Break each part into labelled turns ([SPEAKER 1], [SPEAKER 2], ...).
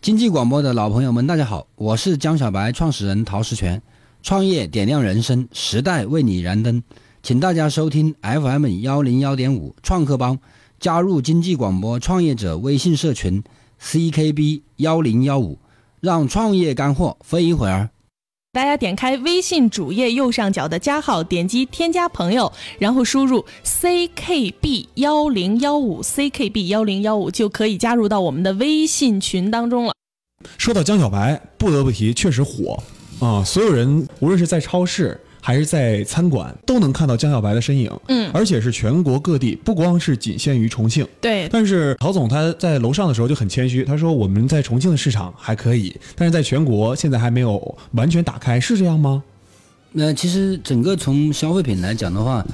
[SPEAKER 1] 经济广播的老朋友们，大家好，我是江小白创始人陶石泉，创业点亮人生，时代为你燃灯，请大家收听 FM 幺零幺点五创客帮，加入经济广播创业者微信社群 CKB 幺零幺五，让创业干货飞一会儿。
[SPEAKER 2] 大家点开微信主页右上角的加号，点击添加朋友，然后输入 ckb 幺零幺五 ckb 幺零幺五就可以加入到我们的微信群当中了。
[SPEAKER 3] 说到江小白，不得不提，确实火啊、所有人无论是在超市还是在餐馆，都能看到江小白的身影。
[SPEAKER 2] 嗯
[SPEAKER 3] 而且是全国各地，不光是仅限于重庆。
[SPEAKER 2] 对，
[SPEAKER 3] 但是陶总他在楼上的时候就很谦虚，他说我们在重庆的市场还可以，但是在全国现在还没有完全打开，是这样吗？
[SPEAKER 1] 那其实整个从消费品来讲的话，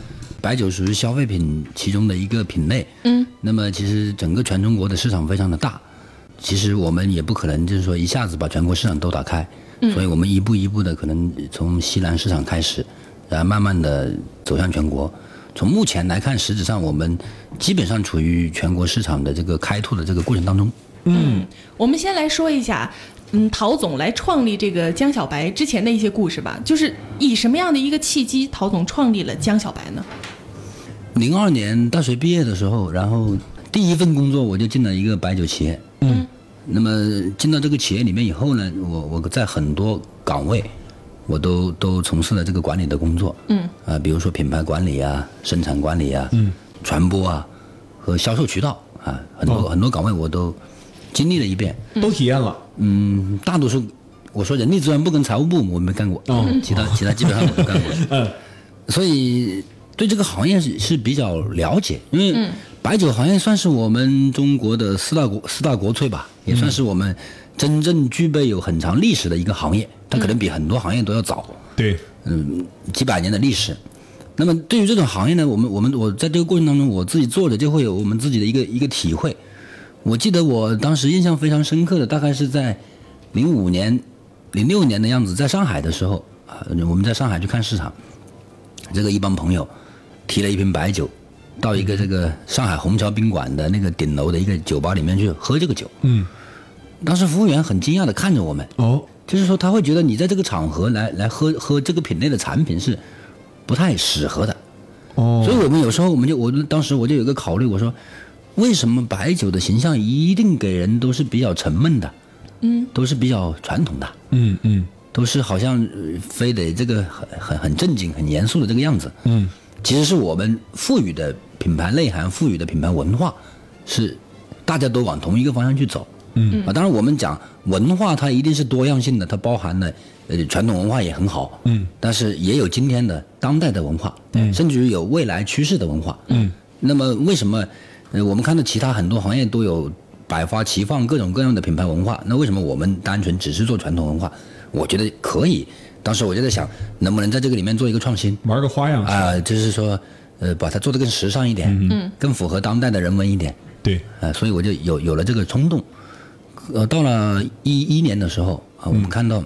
[SPEAKER 1] 白酒属于消费品其中的一个品类。
[SPEAKER 2] 嗯，
[SPEAKER 1] 那么其实整个全中国的市场非常的大，其实我们也不可能就是说一下子把全国市场都打开，所以我们一步一步的可能从西南市场开始，然后慢慢的走向全国。从目前来看，实质上我们基本上处于全国市场的这个开拓的这个过程当中。
[SPEAKER 2] 我们先来说一下，嗯，陶总来创立这个江小白之前的一些故事吧，就是以什么样的一个契机，陶总创立了江小白呢？
[SPEAKER 1] 零二年大学毕业的时候，然后第一份工作我就进了一个白酒企业。嗯。那么进到这个企业里面以后呢，我我在很多岗位，我都都从事了这个管理的工作。嗯。啊，比如说品牌管理啊、生产管理啊、嗯、传播啊和销售渠道啊，很多、很多岗位我都经历了一遍。
[SPEAKER 3] 都体验了，
[SPEAKER 1] 嗯，大多数我说人力资源部跟财务部我没干过，
[SPEAKER 3] 哦
[SPEAKER 1] 其他其他基本上我都干过，嗯，所以对这个行业是是比较了解，因为白酒行业算是我们中国的四大国四大国粹吧，也算是我们真正具备有很长历史的一个行业，它可能比很多行业都要早，
[SPEAKER 3] 对，
[SPEAKER 1] 嗯，几百年的历史。那么对于这种行业呢，我们我们我在这个过程当中，我自己做的就会有我们自己的一个一个体会。我记得我当时印象非常深刻的，大概是在零五年、零六年的样子，在上海的时候啊，我们在上海去看市场，这个一帮朋友提了一瓶白酒，到一个这个上海虹桥宾馆的那个顶楼的一个酒吧里面去喝这个酒。
[SPEAKER 3] 嗯，
[SPEAKER 1] 当时服务员很惊讶的看着我们，
[SPEAKER 3] 哦，
[SPEAKER 1] 就是说他会觉得你在这个场合来来喝喝这个品类的产品是不太适合的，
[SPEAKER 3] 哦，
[SPEAKER 1] 所以我们有时候我们就我当时我就有个考虑，我说为什么白酒的形象一定给人都是比较沉闷的，嗯，都是比较传统的，
[SPEAKER 3] 嗯嗯
[SPEAKER 1] 都是好像呃非得这个很很很正经、很严肃的这个样子，
[SPEAKER 3] 嗯，
[SPEAKER 1] 其实是我们赋予的品牌内涵、赋予的品牌文化，是大家都往同一个方向去走。
[SPEAKER 3] 嗯
[SPEAKER 1] 啊，当然我们讲文化，它一定是多样性的，它包含了呃传统文化也很好，
[SPEAKER 3] 嗯，
[SPEAKER 1] 但是也有今天的当代的文化，嗯，甚至于有未来趋势的文化，嗯。那么为什么呃我们看到其他很多行业都有百花齐放、各种各样的品牌文化，那为什么我们单纯只是做传统文化？我觉得可以。当时我就在想，能不能在这个里面做一个创新？
[SPEAKER 3] 玩个花 样，
[SPEAKER 1] 啊、就是说，呃，把它做得更时尚一点，嗯，更符合当代的人文一点，
[SPEAKER 3] 对，
[SPEAKER 1] 啊、所以我就有有了这个冲动。呃，到了一一年的时候啊、我们看到，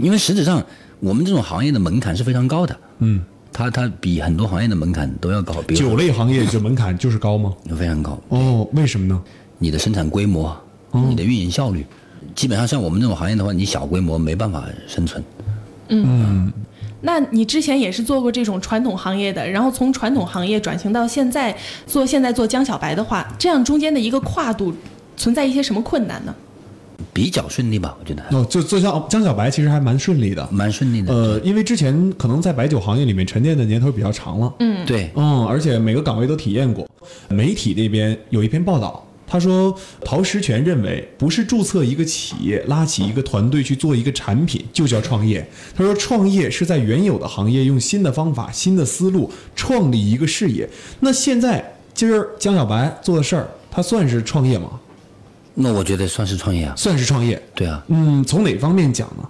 [SPEAKER 1] 因为实质上我们这种行业的门槛是非常高的，
[SPEAKER 3] 嗯，
[SPEAKER 1] 它它比很多行业的门槛都要高，比如
[SPEAKER 3] 酒类行业这门槛就是高吗？
[SPEAKER 1] 说非常高，
[SPEAKER 3] 哦，为什么呢？
[SPEAKER 1] 你的生产规模，啊你的运营效率，基本上像我们这种行业的话，你小规模没办法生存。
[SPEAKER 2] 那你之前也是做过这种传统行业的，然后从传统行业转型到现在做现在做江小白的话，这样中间的一个跨度存在一些什么困难呢？
[SPEAKER 1] 比较顺利吧，我觉得还
[SPEAKER 3] 哦，就做像江小白其实还蛮顺利的，
[SPEAKER 1] 蛮顺利的。
[SPEAKER 3] 呃，因为之前可能在白酒行业里面沉淀的年头比较长了，嗯
[SPEAKER 1] 对，
[SPEAKER 3] 而且每个岗位都体验过。媒体那边有一篇报道，他说陶石泉认为，不是注册一个企业、拉起一个团队去做一个产品就叫创业。他说，创业是在原有的行业用新的方法、新的思路创立一个事业。那现在今儿江小白做的事儿，他算是创业吗？
[SPEAKER 1] 那我觉得算是创业啊。
[SPEAKER 3] 算是创业。
[SPEAKER 1] 对啊，
[SPEAKER 3] 嗯，从哪方面讲呢？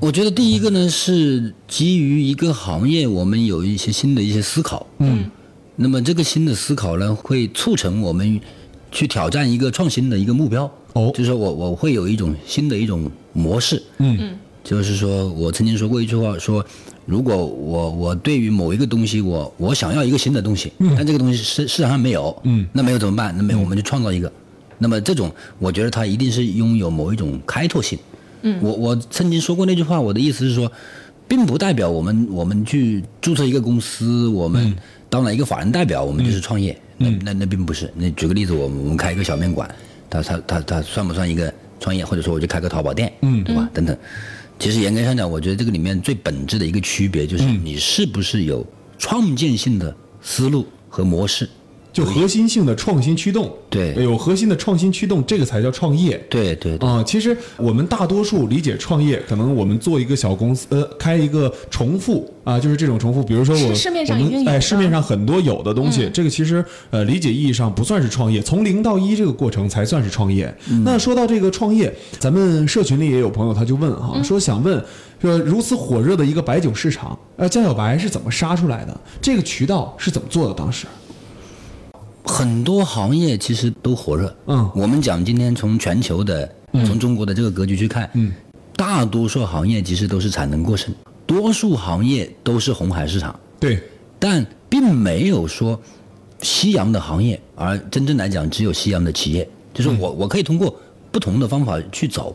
[SPEAKER 1] 我觉得第一个呢是基于一个行业，我们有一些新的一些思考。嗯，那么这个新的思考呢，会促成我们去挑战一个创新的一个目标。
[SPEAKER 3] 哦
[SPEAKER 1] 就是说我我会有一种新的一种模式。
[SPEAKER 3] 嗯
[SPEAKER 1] 就是说我曾经说过一句话，说如果我我对于某一个东西，我我想要一个新的东西，但这个东西市市场上没有，
[SPEAKER 3] 嗯
[SPEAKER 1] 那没有怎么办？那没有我们就创造一个，那么这种，我觉得它一定是拥有某一种开拓性。嗯，我我曾经说过那句话，我的意思是说，并不代表我们我们去注册一个公司，我们当了一个法人代表，我们就是创业。那那那并不是。那举个例子，我们我们开一个小面馆，它它它它算不算一个创业？或者说我就开个淘宝店，嗯，对吧？等等。其实严格上讲，我觉得这个里面最本质的一个区别就是
[SPEAKER 3] 嗯
[SPEAKER 1] 你是不是有创建性的思路和模式。
[SPEAKER 3] 就核心性的创新驱动，哎
[SPEAKER 1] 对
[SPEAKER 3] 有核心的创新驱动，这个才叫创业。
[SPEAKER 1] 对对对，
[SPEAKER 3] 啊、其实我们大多数理解创业，可能我们做一个小公司，呃，开一个重复啊，就是这种重复，比如说我
[SPEAKER 2] 是市面上
[SPEAKER 3] 我
[SPEAKER 2] 已经
[SPEAKER 3] 们
[SPEAKER 2] 有嗯
[SPEAKER 3] 哎，
[SPEAKER 2] 的
[SPEAKER 3] 市面上很多有的东西，这个其实呃，理解意义上不算是创业，从零到一这个过程才算是创业。
[SPEAKER 1] 嗯
[SPEAKER 3] 那说到这个创业，咱们社群里也有朋友他就问哈，
[SPEAKER 2] 嗯
[SPEAKER 3] 说想问。说如此火热的一个白酒市场，呃，江小白是怎么杀出来的？这个渠道是怎么做的？当时，
[SPEAKER 1] 很多行业其实都火热。
[SPEAKER 3] 嗯
[SPEAKER 1] 我们讲今天从全球的、从中国的这个格局去看，
[SPEAKER 3] 嗯，
[SPEAKER 1] 大多数行业其实都是产能过剩，多数行业都是红海市场，
[SPEAKER 3] 对，
[SPEAKER 1] 但并没有说夕阳的行业，而真正来讲，只有夕阳的企业。就是我，我可以通过不同的方法去走，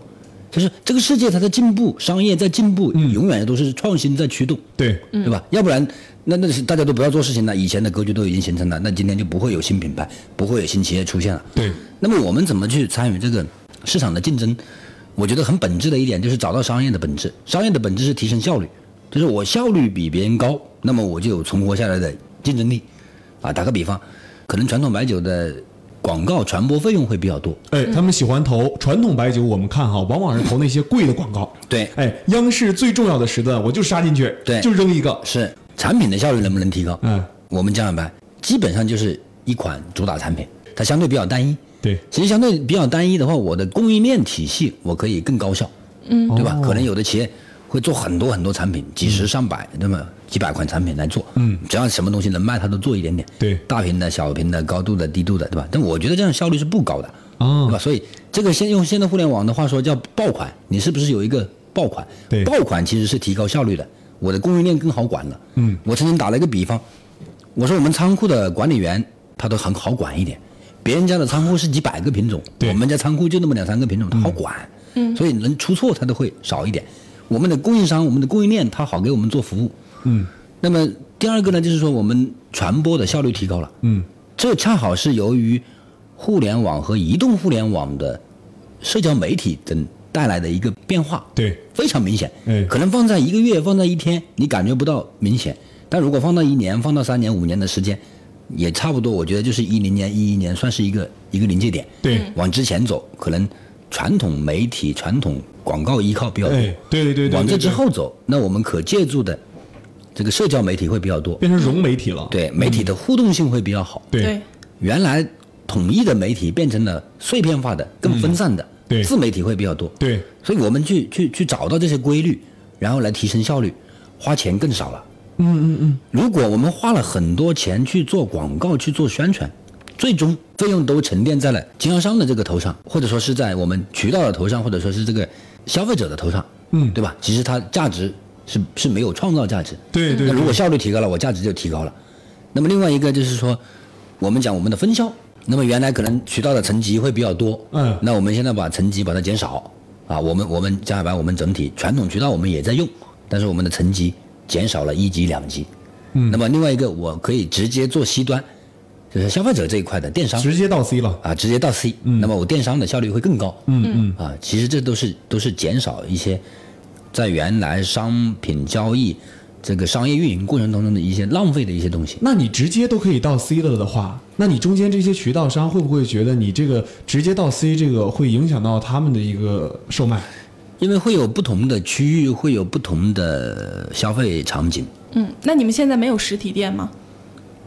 [SPEAKER 1] 就是这个世界它在进步，商业在进步，永远都是创新在驱动。
[SPEAKER 3] 对，
[SPEAKER 1] 对吧？要不然，那那是大家都不要做事情了，以前的格局都已经形成了，那今天就不会有新品牌，不会有新企业出现了。
[SPEAKER 3] 对，
[SPEAKER 1] 那么我们怎么去参与这个市场的竞争？我觉得很本质的一点就是找到商业的本质，商业的本质是提升效率，就是我效率比别人高，那么我就有存活下来的竞争力。啊，打个比方，可能传统白酒的广告传播费用会比较多，
[SPEAKER 3] 哎，他们喜欢投传统白酒，我们看哈，往往是投那些贵的广告。
[SPEAKER 1] 对
[SPEAKER 3] 哎，央视最重要的时段，我就杀进去，
[SPEAKER 1] 对
[SPEAKER 3] 就扔一个。
[SPEAKER 1] 是产品的效率能不能提高？
[SPEAKER 3] 嗯，
[SPEAKER 1] 我们江小白基本上就是一款主打产品，它相对比较单一。
[SPEAKER 3] 对，
[SPEAKER 1] 其实相对比较单一的话，我的供应链体系我可以更高效，嗯，对吧？
[SPEAKER 3] 哦嗯
[SPEAKER 1] 可能有的企业会做很多很多产品，几十上百，那么几百款产品来做，嗯，只要什么东西能卖，它都做一点点，
[SPEAKER 3] 对
[SPEAKER 1] 大瓶的、小瓶的、高度的、低度的，对吧？但我觉得这样效率是不高的，
[SPEAKER 3] 哦
[SPEAKER 1] 对吧？所以这个现用现在互联网的话说叫爆款，你是不是有一个爆款？
[SPEAKER 3] 对
[SPEAKER 1] 爆款其实是提高效率的，我的供应链更好管了。
[SPEAKER 3] 嗯，
[SPEAKER 1] 我曾经打了一个比方，我说我们仓库的管理员他都很好管一点，别人家的仓库是几百个品种，
[SPEAKER 3] 对
[SPEAKER 1] 我们家仓库就那么两三个品种，他好管，嗯，所以能出错它都会少一点。我们的供应商、我们的供应链，它好给我们做服务。
[SPEAKER 3] 嗯
[SPEAKER 1] 那么第二个呢，就是说我们传播的效率提高了，
[SPEAKER 3] 嗯，
[SPEAKER 1] 这恰好是由于互联网和移动互联网的社交媒体等带来的一个变化。
[SPEAKER 3] 对，
[SPEAKER 1] 非常明显。
[SPEAKER 3] 哎
[SPEAKER 1] 可能放在一个月，放在一天，你感觉不到明显；但如果放到一年、放到三年、五年的时间，也差不多。我觉得就是一零年、一一年算是一个一个临界点。
[SPEAKER 3] 对
[SPEAKER 1] 往之前走，可能传统媒体、传统广告依靠比较多。
[SPEAKER 3] 哎，对对对对，
[SPEAKER 1] 往这
[SPEAKER 3] 对
[SPEAKER 1] 之，后走，那我们可借助的这个社交媒体会比较多
[SPEAKER 3] 对，变成融媒体了。
[SPEAKER 1] 对媒体的互动性会比较好。
[SPEAKER 3] 对，
[SPEAKER 1] 原来统一的媒体变成了碎片化的、更分散的，
[SPEAKER 3] 嗯对
[SPEAKER 1] 自媒体会比较多。
[SPEAKER 3] 对，
[SPEAKER 1] 所以我们去去去找到这些规律，然后来提升效率，花钱更少了。嗯嗯嗯。如果我们花了很多钱去做广告、去做宣传，最终费用都沉淀在了经销商的这个头上，或者说是在我们渠道的头上，或者说是这个消费者的头上，
[SPEAKER 3] 嗯
[SPEAKER 1] 对吧？其实它价值是是没有创造价值。
[SPEAKER 3] 对对
[SPEAKER 1] 那如
[SPEAKER 3] 对
[SPEAKER 1] 果效率提高了，我价值就提高了。那么另外一个就是说，我们讲我们的分销，那么原来可能渠道的层级会比较多，
[SPEAKER 3] 嗯
[SPEAKER 1] 那我们现在把层级把它减少啊，我们我们加海白我们整体传统渠道我们也在用，但是我们的层级减少了一级两级，嗯，那么另外一个我可以直接做 C 端，就是消费者这一块的电商
[SPEAKER 3] 直接到 C 了。
[SPEAKER 1] 嗯啊，直接到 C，、那
[SPEAKER 3] 嗯
[SPEAKER 1] 么我电商的效率会更高，嗯嗯，啊，其实这都是都是减少一些在原来商品交易这个商业运营过程当中的一些浪费的一些东西。
[SPEAKER 3] 那你直接都可以到 C 了的话，那你中间这些渠道商会不会觉得你这个直接到 C 这个会影响到他们的一个售卖？
[SPEAKER 1] 因为会有不同的区域，会有不同的消费场景。
[SPEAKER 2] 嗯，那你们现在没有实体店吗？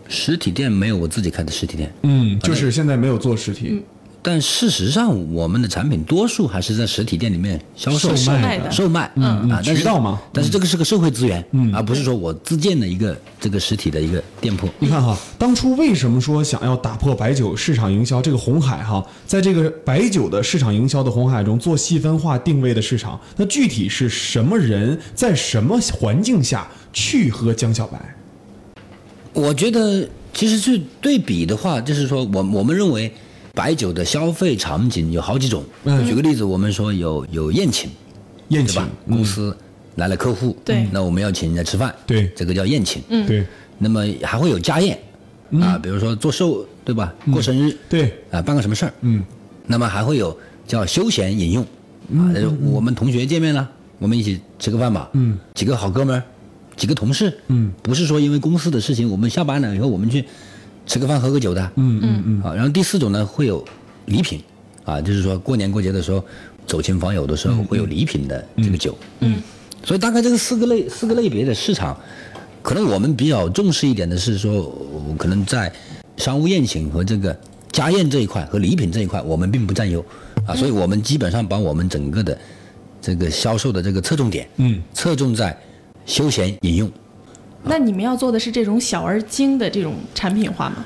[SPEAKER 1] 实体店没有我自己开的实体店，
[SPEAKER 3] 嗯，就是现在没有做实体，
[SPEAKER 1] 但事实上我们的产品多数还是在实体店里面销售、
[SPEAKER 3] 售卖
[SPEAKER 2] 的
[SPEAKER 1] 售卖
[SPEAKER 3] 嗯
[SPEAKER 1] 啊
[SPEAKER 3] 嗯，
[SPEAKER 1] 但是
[SPEAKER 3] 渠道嘛
[SPEAKER 1] 但是这个是个社会资源，
[SPEAKER 3] 嗯
[SPEAKER 1] 而不是说我自建的一个这个实体的一个店铺。
[SPEAKER 3] 你看哈，当初为什么说想要打破白酒市场营销这个红海哈，在这个白酒的市场营销的红海中做细分化定位的市场，那具体是什么人在什么环境下去喝江小白？
[SPEAKER 1] 我觉得其实去对比的话，就是说我我们认为白酒的消费场景有好几种。
[SPEAKER 3] 嗯
[SPEAKER 1] 举个例子，我们说有有宴请，
[SPEAKER 3] 宴
[SPEAKER 1] 对
[SPEAKER 3] 请嗯
[SPEAKER 1] 吧？，公司来了客户，
[SPEAKER 2] 对
[SPEAKER 1] 那我们要请人家吃饭，
[SPEAKER 3] 对
[SPEAKER 1] 这个叫宴请。嗯，
[SPEAKER 3] 对
[SPEAKER 1] 那么还会有家宴啊，比如说做寿，对吧？过生日，
[SPEAKER 3] 对，
[SPEAKER 1] 啊，办个什么事儿，
[SPEAKER 3] 嗯，
[SPEAKER 1] 那么还会有叫休闲饮用，啊，就是我们同学见面了，我们一起吃个饭吧，嗯，几个好哥们儿，几个同事，嗯，不是说因为公司的事情，我们下班了以后我们去吃个饭喝个酒的，嗯嗯嗯，啊，然后第四种呢会有礼品，啊，就是说过年过节的时候走亲访友的时候会有礼品的这个酒，嗯，所以大概这个四个类四个类别的市场，可能我们比较重视一点的是说，我可能在商务宴请和这个家宴这一块和礼品这一块，我们并不占优啊，所以我们基本上把我们整个的这个销售的这个侧重点，
[SPEAKER 3] 嗯，
[SPEAKER 1] 侧重在休闲饮用。
[SPEAKER 2] 那你们要做的是这种小而精的这种产品化吗？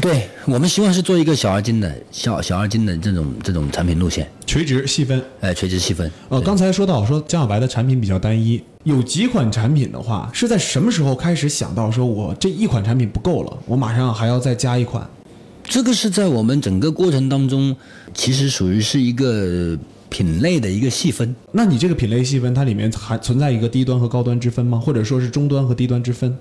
[SPEAKER 1] 对我们希望是做一个小而精的小小而精的这种这种产品路线，
[SPEAKER 3] 垂直细分。
[SPEAKER 1] 哎、垂直细分。
[SPEAKER 3] 呃，刚才说到说江小白的产品比较单一，有几款产品的话，是在什么时候开始想到说我这一款产品不够了，我马上还要再加一款？
[SPEAKER 1] 这个是在我们整个过程当中，其实属于是一个品类的一个细分。
[SPEAKER 3] 那你这个品类细分，它里面还存在一个低端和高端之分吗？或者说是中端和低端之分？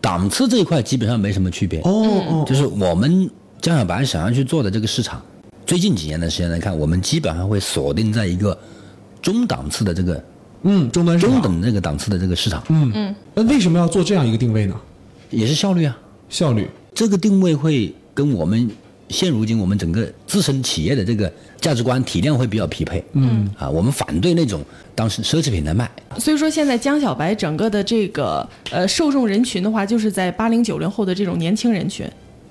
[SPEAKER 1] 档次这一块基本上没什么区别。
[SPEAKER 3] 哦哦，
[SPEAKER 1] 就是我们江小白想要去做的这个市场，最近几年的时间来看，我们基本上会锁定在一个中档次的这个
[SPEAKER 3] 嗯，中端市
[SPEAKER 1] 中
[SPEAKER 3] 场。
[SPEAKER 1] 等这个档次的这个市场，
[SPEAKER 3] 嗯，那为什么要做这样一个定位呢？
[SPEAKER 1] 也是效率啊。
[SPEAKER 3] 效率。
[SPEAKER 1] 这个定位会跟我们现如今我们整个自身企业的这个价值观体量会比较匹配。嗯，啊，我们反对那种当时奢侈品来卖，
[SPEAKER 2] 所以说，现在江小白整个的这个呃受众人群的话，就是在八零九零后的这种年轻人群。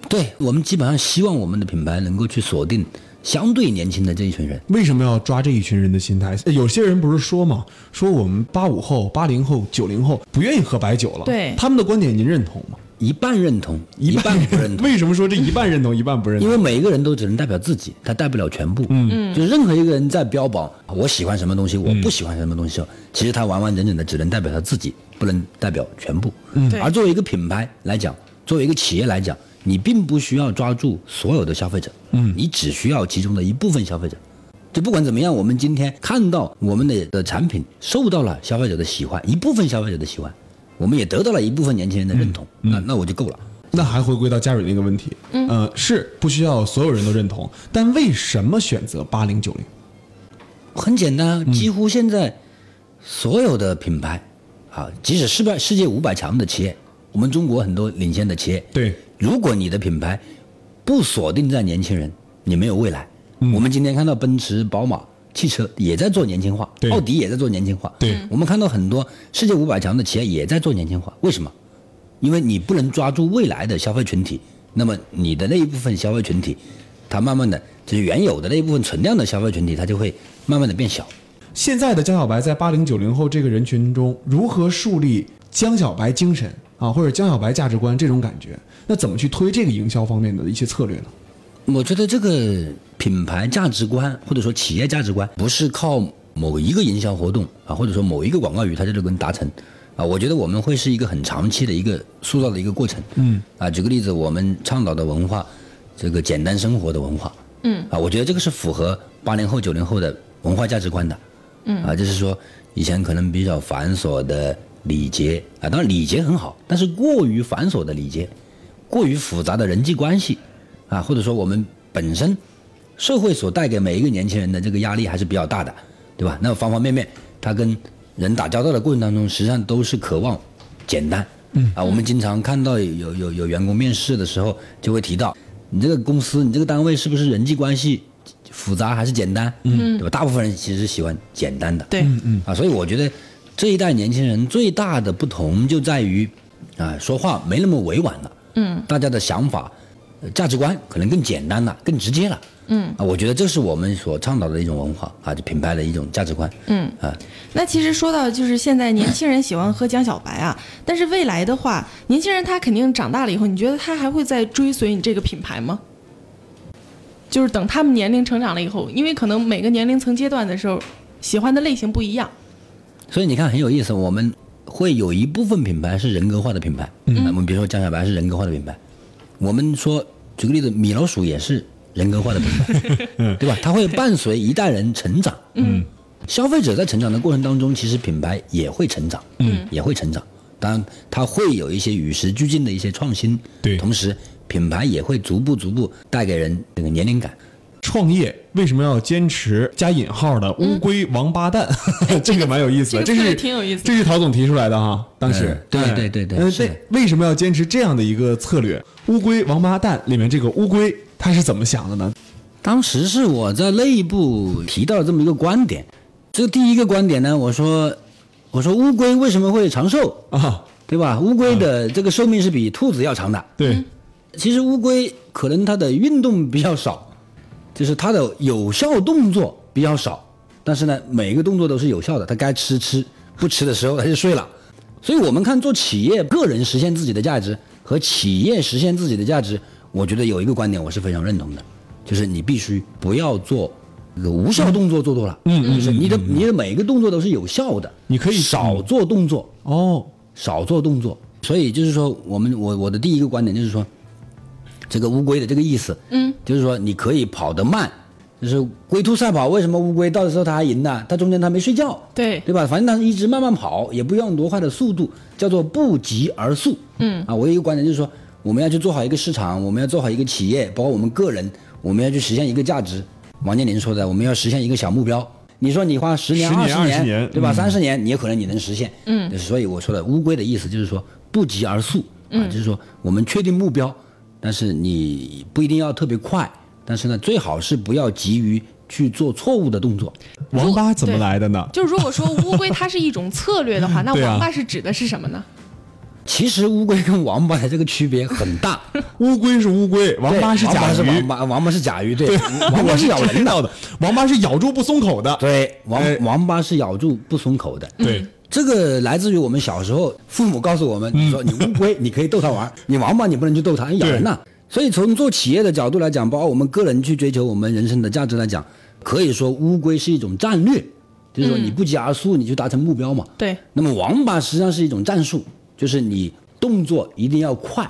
[SPEAKER 1] 对我们基本上希望我们的品牌能够去锁定相对年轻的这一群人。
[SPEAKER 3] 为什么要抓这一群人的心态？呃有些人不是说嘛，说我们八五后、八零后、九零后不愿意喝白酒了。
[SPEAKER 2] 对
[SPEAKER 3] 他们的观点您认同吗？
[SPEAKER 1] 一半认同，一半不认同。
[SPEAKER 3] 为什么说这一半认同，一半不认
[SPEAKER 1] 因
[SPEAKER 3] 同？
[SPEAKER 1] 为每一个人都只能代表自己，他代不了全部。嗯，就任何一个人在标榜我喜欢什么东西，我不喜欢什么东西时候，其实他完完整整的只能代表他自己，不能代表全部。嗯
[SPEAKER 2] 对
[SPEAKER 1] 而作为一个品牌来讲，作为一个企业来讲，你并不需要抓住所有的消费者，嗯，你只需要其中的一部分消费者。就不管怎么样，我们今天看到我们的的产品受到了消费者的喜欢，一部分消费者的喜欢，我们也得到了一部分年轻人的认同，那那我就够了。
[SPEAKER 3] 那还回归到佳蕊那个问题，嗯、呃，是不需要所有人都认同，但为什么选择八零九零？
[SPEAKER 1] 很简单啊，几乎现在所有的品牌，啊，即使世界世界五百强的企业，我们中国很多领先的企业，
[SPEAKER 3] 对，
[SPEAKER 1] 如果你的品牌不锁定在年轻人，你没有未来。
[SPEAKER 3] 嗯
[SPEAKER 1] 我们今天看到奔驰、宝马汽车也在做年轻化
[SPEAKER 3] 对，
[SPEAKER 1] 奥迪也在做年轻化，
[SPEAKER 3] 对
[SPEAKER 1] 我们看到很多世界五百强的企业也在做年轻化，为什么？因为你不能抓住未来的消费群体，那么你的那一部分消费群体，它慢慢的就是原有的那一部分存量的消费群体，它就会慢慢的变小。
[SPEAKER 3] 现在的江小白在八零九零后这个人群中，如何树立江小白精神啊，或者江小白价值观这种感觉？那怎么去推这个营销方面的一些策略呢？
[SPEAKER 1] 我觉得这个品牌价值观或者说企业价值观，不是靠某一个营销活动啊，或者说某一个广告语，它就能达成啊。我觉得我们会是一个很长期的一个塑造的一个过程。嗯，啊，举个例子，我们倡导的文化，这个简单生活的文化，嗯，啊，我觉得这个是符合八零后、九零后的文化价值观的。嗯，啊，就是说以前可能比较繁琐的礼节啊，当然礼节很好，但是过于繁琐的礼节，过于复杂的人际关系，啊，或者说我们本身社会所带给每一个年轻人的这个压力还是比较大的，对吧？那方方面面，他跟人打交道的过程当中，实际上都是渴望简单。嗯啊，我们经常看到有有有员工面试的时候就会提到，你这个公司你这个单位是不是人际关系复杂还是简单？嗯，对吧？大部分人其实喜欢简单的。
[SPEAKER 2] 对，
[SPEAKER 1] 啊，所以我觉得这一代年轻人最大的不同就在于，啊，说话没那么委婉了，嗯，大家的想法、呃价值观可能更简单了，更直接了，嗯，啊，我觉得这是我们所倡导的一种文化啊，就品牌的一种价值观，嗯，啊，
[SPEAKER 2] 那其实说到就是现在年轻人喜欢喝江小白啊， 但是未来的话，年轻人他肯定长大了以后，你觉得他还会再追随你这个品牌吗？就是等他们年龄成长了以后，因为可能每个年龄层阶段的时候，喜欢的类型不一样。
[SPEAKER 1] 所以你看很有意思，我们会有一部分品牌是啊人格化的品牌，嗯，我们比如说江小白是人格化的品牌，我们说举个例子，米老鼠也是人格化的品 牌，对吧？它会伴随一代人成长。嗯，消费者在成长的过程当中，其实品牌也会成长，嗯，也会成长。当然，它会有一些与时俱进的一些创新，
[SPEAKER 3] 对
[SPEAKER 1] 同时，品牌也会逐步逐步带给人这个年龄感。
[SPEAKER 3] 创业为什么要坚持加引号的乌龟王八蛋？ 这个蛮有意思的，
[SPEAKER 2] 这
[SPEAKER 3] 这
[SPEAKER 2] 个
[SPEAKER 3] 是
[SPEAKER 2] 挺有意思的
[SPEAKER 3] 这是陶总提出来的哈。当时
[SPEAKER 1] 嗯，对
[SPEAKER 3] 哎
[SPEAKER 1] 对对对
[SPEAKER 3] 嗯，
[SPEAKER 1] 是
[SPEAKER 3] 对，为什么要坚持这样的一个策略？乌龟王八蛋里面这个乌龟，他是怎么想的呢？
[SPEAKER 1] 当时是我在内部提到这么一个观点，这第一个观点呢，我说，我说乌龟为什么会长寿，
[SPEAKER 3] 啊，
[SPEAKER 1] 对吧？乌龟的这个寿命是比兔子要长的。
[SPEAKER 2] 嗯
[SPEAKER 3] 对，
[SPEAKER 1] 其实乌龟可能它的运动比较少，就是它的有效动作比较少，但是呢，每一个动作都是有效的，它该吃吃，不吃的时候它就睡了。所以我们看做企业，个人实现自己的价值和企业实现自己的价值，我觉得有一个观点我是非常认同的，就是你必须不要做这个无效动作做多了，嗯就是你的你的每一个动作都是有效的，
[SPEAKER 3] 你可以
[SPEAKER 1] 少做动作，
[SPEAKER 3] 哦，
[SPEAKER 1] 少做动作。所以就是说，我们我我的第一个观点就是说，这个乌龟的这个意思，嗯，就是说你可以跑得慢，就是龟兔赛跑，为什么乌龟到的时候它还赢呢？它中间它没睡觉，
[SPEAKER 2] 对
[SPEAKER 1] 对吧？反正它一直慢慢跑，也不用多快的速度，叫做不急而速。嗯啊，我有一个观点就是说，我们要去做好一个市场，我们要做好一个企业，包括我们个人，我们要去实现一个价值。王健林说的，我们要实现一个小目标。你说你花十年、
[SPEAKER 3] 10
[SPEAKER 1] 二
[SPEAKER 3] 年
[SPEAKER 1] 十
[SPEAKER 3] 20年
[SPEAKER 1] 对吧？
[SPEAKER 3] 嗯
[SPEAKER 1] 三十年，你有可能你能实现。嗯，所以我说的乌龟的意思就是说不急而速啊，就是说我们确定目标，但是你不一定要特别快，但是呢，最好是不要急于去做错误的动作。
[SPEAKER 3] 王八怎么来的呢？
[SPEAKER 2] 就是如果说乌龟它是一种策略 的话，那
[SPEAKER 3] 对啊
[SPEAKER 2] 王八是指的是什么呢？
[SPEAKER 1] 其实乌龟跟王八的这个区别很大，
[SPEAKER 3] 乌龟是乌龟，王
[SPEAKER 1] 对
[SPEAKER 3] 八是甲
[SPEAKER 1] 王八是
[SPEAKER 3] 鱼
[SPEAKER 1] 王，八，王八是甲鱼，对， 王
[SPEAKER 3] 我
[SPEAKER 1] 八是
[SPEAKER 3] 是
[SPEAKER 1] 咬
[SPEAKER 3] 咬
[SPEAKER 1] 人
[SPEAKER 3] 人
[SPEAKER 1] 的，
[SPEAKER 3] 的，王八是咬住不松口的。
[SPEAKER 1] 对，王
[SPEAKER 3] 哎
[SPEAKER 1] 王八是咬住不松口的，
[SPEAKER 3] 对，
[SPEAKER 1] 这个来自于我们小时候，父母告诉我们，你说你乌龟你可以逗它玩 儿，你王八你不能去逗它，咬人呐、所以从做企业的角度来讲，包括我们个人去追求我们人生的价值来讲，可以说乌龟是一种战略，就是
[SPEAKER 3] 嗯
[SPEAKER 1] 说你不急而速，你去达成目标嘛。
[SPEAKER 2] 对，
[SPEAKER 1] 那么王八实际上是一种战术，就是你动作一定要快，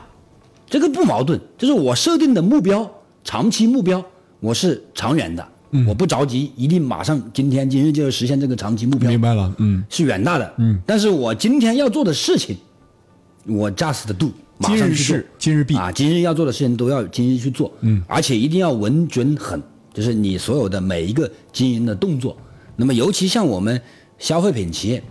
[SPEAKER 1] 这个不矛盾。就是我设定的目标，长期目标我是长远的，
[SPEAKER 3] 嗯
[SPEAKER 1] 我不着急，一定马上今天今日就要实现这个长期目标。
[SPEAKER 3] 明白了，嗯，
[SPEAKER 1] 是远大的，嗯，但是我今天要做的事情，我 just do，马
[SPEAKER 3] 今
[SPEAKER 1] 上
[SPEAKER 3] 日
[SPEAKER 1] 去做
[SPEAKER 3] 事，今日毕，
[SPEAKER 1] 啊，今日要做的事情都要今日去做，嗯，而且一定要稳准狠，就是你所有的每一个经营的动作。那么，尤其像我们消费品企业，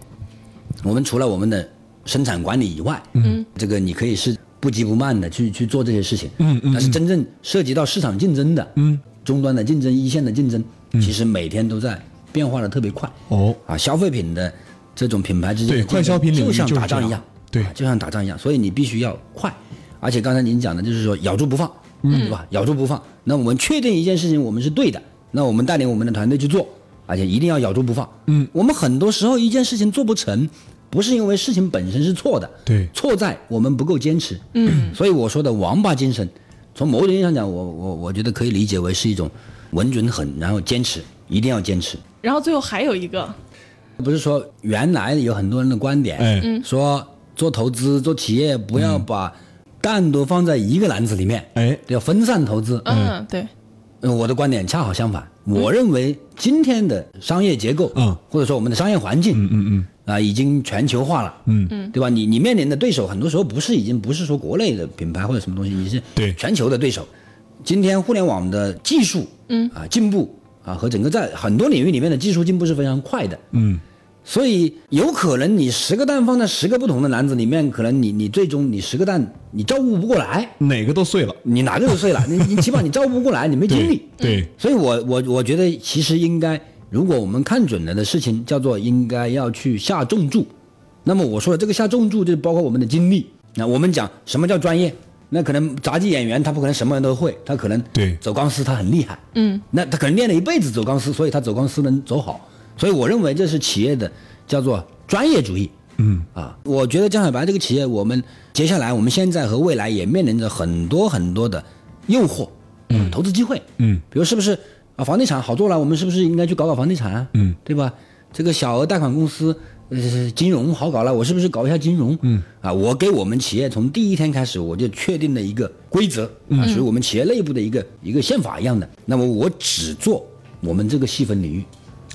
[SPEAKER 1] 我们除了我们的生产管理以外，嗯，这个你可以是不急不慢的去去做这些事情，嗯嗯，但是真正涉及到市场竞争的，嗯，终端的竞争、一线的竞争，其实每天都在变化的特别快，
[SPEAKER 3] 嗯哦，
[SPEAKER 1] 啊，消费品的这种品牌之间的竞争
[SPEAKER 3] 对快消品领域
[SPEAKER 1] 就像
[SPEAKER 3] 就是
[SPEAKER 1] 打仗
[SPEAKER 3] 这
[SPEAKER 1] 一
[SPEAKER 3] 样
[SPEAKER 1] 样，
[SPEAKER 3] 对
[SPEAKER 1] 啊就像打仗一样，所以你必须要快。而且刚才您讲的就是说咬住不放，嗯，对吧？咬住不放。那我们确定一件事情，我们是对的，那我们带领我们的团队去做，而且一定要咬住不放。嗯，我们很多时候一件事情做不成，不是因为事情本身是错的，
[SPEAKER 3] 对
[SPEAKER 1] 错在我们不够坚持。嗯，所以我说的王八精神，从某种意义上讲，我我我觉得可以理解为是一种稳准狠，然后坚持，一定要坚持。
[SPEAKER 2] 然后最后还有一个，
[SPEAKER 1] 不是说原来有很多人的观点，
[SPEAKER 3] 哎嗯
[SPEAKER 1] 说做投资做企业不要把蛋都放在一个篮子里面，
[SPEAKER 3] 哎，
[SPEAKER 1] 要分散投资。
[SPEAKER 2] 嗯，对，
[SPEAKER 1] 呃我的观点恰好相反，我认为今天的商业结构，
[SPEAKER 3] 嗯
[SPEAKER 1] 或者说我们的商业环境，嗯嗯嗯，啊，已经全球化了，
[SPEAKER 3] 嗯
[SPEAKER 1] 嗯，对吧？你你面临的对手很多时候不是已经不是说国内的品牌或者什么东西，你是
[SPEAKER 3] 对
[SPEAKER 1] 全球的对手。今天互联网的技术，嗯啊进步啊和整个在很多领域里面的技术进步是非常快的，
[SPEAKER 3] 嗯，
[SPEAKER 1] 所以有可能你十个蛋放在十个不同的篮子里面，可能你你最终你十个蛋你照顾不过来，
[SPEAKER 3] 哪个都碎了，
[SPEAKER 1] 你哪个都碎了，你你起码你照顾不过来，你没精力。
[SPEAKER 3] 对对
[SPEAKER 1] 所以我我我觉得其实应该，如果我们看准了的事情叫做应该要去下重注，那么我说的这个下重注就是包括我们的精力。那我们讲什么叫专业？那可能杂技演员他不可能什么人都会，他可能
[SPEAKER 3] 对
[SPEAKER 1] 走钢丝他很厉害，嗯，那他可能练了一辈子走钢丝，所以他走钢丝能走好。所以我认为这是企业的叫做专业主义，
[SPEAKER 3] 嗯
[SPEAKER 1] 啊，我觉得江小白这个企业，我们接下来、我们现在和未来也面临着很多很多的诱惑，嗯，投资机会，
[SPEAKER 3] 嗯，
[SPEAKER 1] 比如是不是啊，房地产好做了，我们是不是应该去搞搞房地产啊？
[SPEAKER 3] 嗯，
[SPEAKER 1] 对吧？这个小额贷款公司呃，金融好搞了，我是不是搞一下金融？嗯，啊，我给我们企业从第一天开始，我就确定了一个规则，啊，属于我们企业内部的一个一个宪法一样的。那么我只做我们这个细分领域，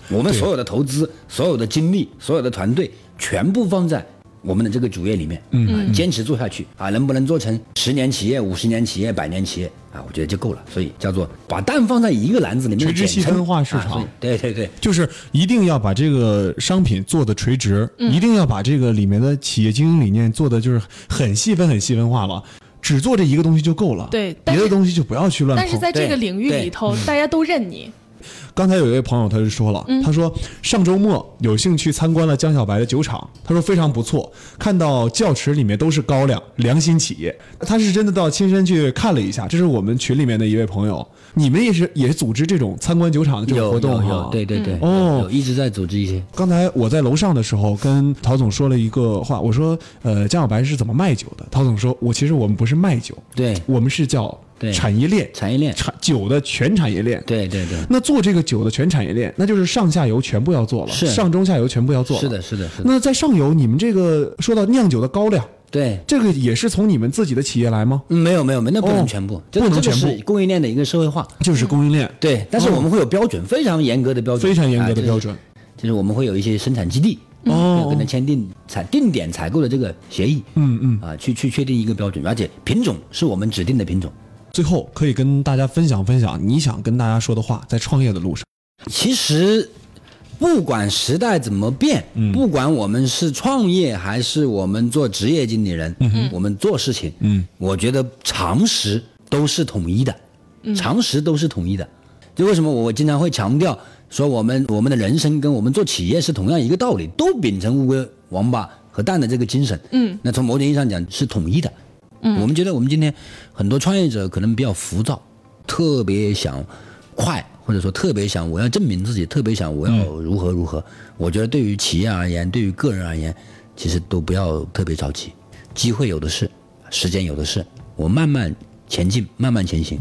[SPEAKER 1] 我们所有的投资、所有的精力、所有的团队，全部放在我们的这个主业里面，嗯，坚持做下去啊，能不能做成十年企业、五十年企业、百年企业啊？我觉得就够了。所以叫做把蛋放在一个篮子里面，
[SPEAKER 3] 垂直细分化市
[SPEAKER 1] 啊
[SPEAKER 3] 场
[SPEAKER 1] 所以对对对，
[SPEAKER 3] 就是一定要把这个商品做的垂直，
[SPEAKER 1] 嗯
[SPEAKER 3] 一定要把这个里面的企业经营理念做的就是很细分、很细分化了，只做这一个东西就够了。
[SPEAKER 2] 对但
[SPEAKER 3] 别
[SPEAKER 2] 是
[SPEAKER 3] 的东西就不要去乱碰。
[SPEAKER 2] 但是在这个领域
[SPEAKER 1] 对
[SPEAKER 2] 里头，
[SPEAKER 3] 嗯
[SPEAKER 2] 大家都认你，
[SPEAKER 3] 刚才有一位朋友他就说了，
[SPEAKER 1] 嗯
[SPEAKER 3] 他说上周末有幸去参观了江小白的酒厂，他说非常不错，看到窖池里面都是高粱，良心企业，他是真的到亲身去看了一下。这是我们群里面的一位朋友，你们也是也是组织这种参观酒厂的这种
[SPEAKER 1] 有
[SPEAKER 3] 活动
[SPEAKER 1] 有
[SPEAKER 3] 哈
[SPEAKER 1] 有，对对对，有
[SPEAKER 3] 哦
[SPEAKER 1] 有一直在组织一些。
[SPEAKER 3] 刚才我在楼上的时候跟陶总说了一个话，我说，呃，江小白是怎么卖酒的？陶总说，我其实我们不是卖酒，
[SPEAKER 1] 对
[SPEAKER 3] 我们是叫
[SPEAKER 1] 对
[SPEAKER 3] 产业链，
[SPEAKER 1] 产业链
[SPEAKER 3] 产酒的全产业链。
[SPEAKER 1] 对对对，
[SPEAKER 3] 那做这个酒的全产业链，那就是上下游全部要做了，
[SPEAKER 1] 是
[SPEAKER 3] 上中下游全部要做了。
[SPEAKER 1] 是的，。是的，是的，
[SPEAKER 3] 那在上游，你们这个说到酿酒的高粱，
[SPEAKER 1] 对。
[SPEAKER 3] 这个也是从你们自己的企业来吗？
[SPEAKER 1] 嗯没有没有没有，那不
[SPEAKER 3] 哦
[SPEAKER 1] 能全部，这
[SPEAKER 3] 不能
[SPEAKER 1] 这个
[SPEAKER 3] 全部
[SPEAKER 1] 是供应链的一个社会化。
[SPEAKER 3] 就是供应链，
[SPEAKER 1] 嗯对，但是我们会有标准，非常严格的标准，
[SPEAKER 3] 非常严格
[SPEAKER 1] 啊
[SPEAKER 3] 的标。准。
[SPEAKER 1] 就是就是我们会有一些生产基地，
[SPEAKER 3] 哦
[SPEAKER 1] 要跟他签订采定点采购的这个协议，
[SPEAKER 3] 嗯嗯。
[SPEAKER 1] 啊，去去确定一个标准，而且品种是我们指定的品种。
[SPEAKER 3] 最后可以跟大家分享分享你想跟大家说的话，在创业的路上。
[SPEAKER 1] 其实，不管时代怎么变，不管我们是创业还是我们做职业经理人，我们做事情，
[SPEAKER 3] 嗯
[SPEAKER 1] 我觉得常识都是统一的，常识都是统一的。就为什么我我经常会强调说，我们我们的人生跟我们做企业是同样一个道理，都秉承乌龟、王八和蛋的这个精神。
[SPEAKER 2] 嗯，
[SPEAKER 1] 那从某种意义上讲是统一的。嗯，我们觉得我们今天很多创业者可能比较浮躁，特别想快，或者说特别想我要证明自己，特别想我要如何如何。我觉得对于企业而言，对于个人而言，其实都不要特别着急，机会有的是，时间有的是，我慢慢前进，慢慢前行。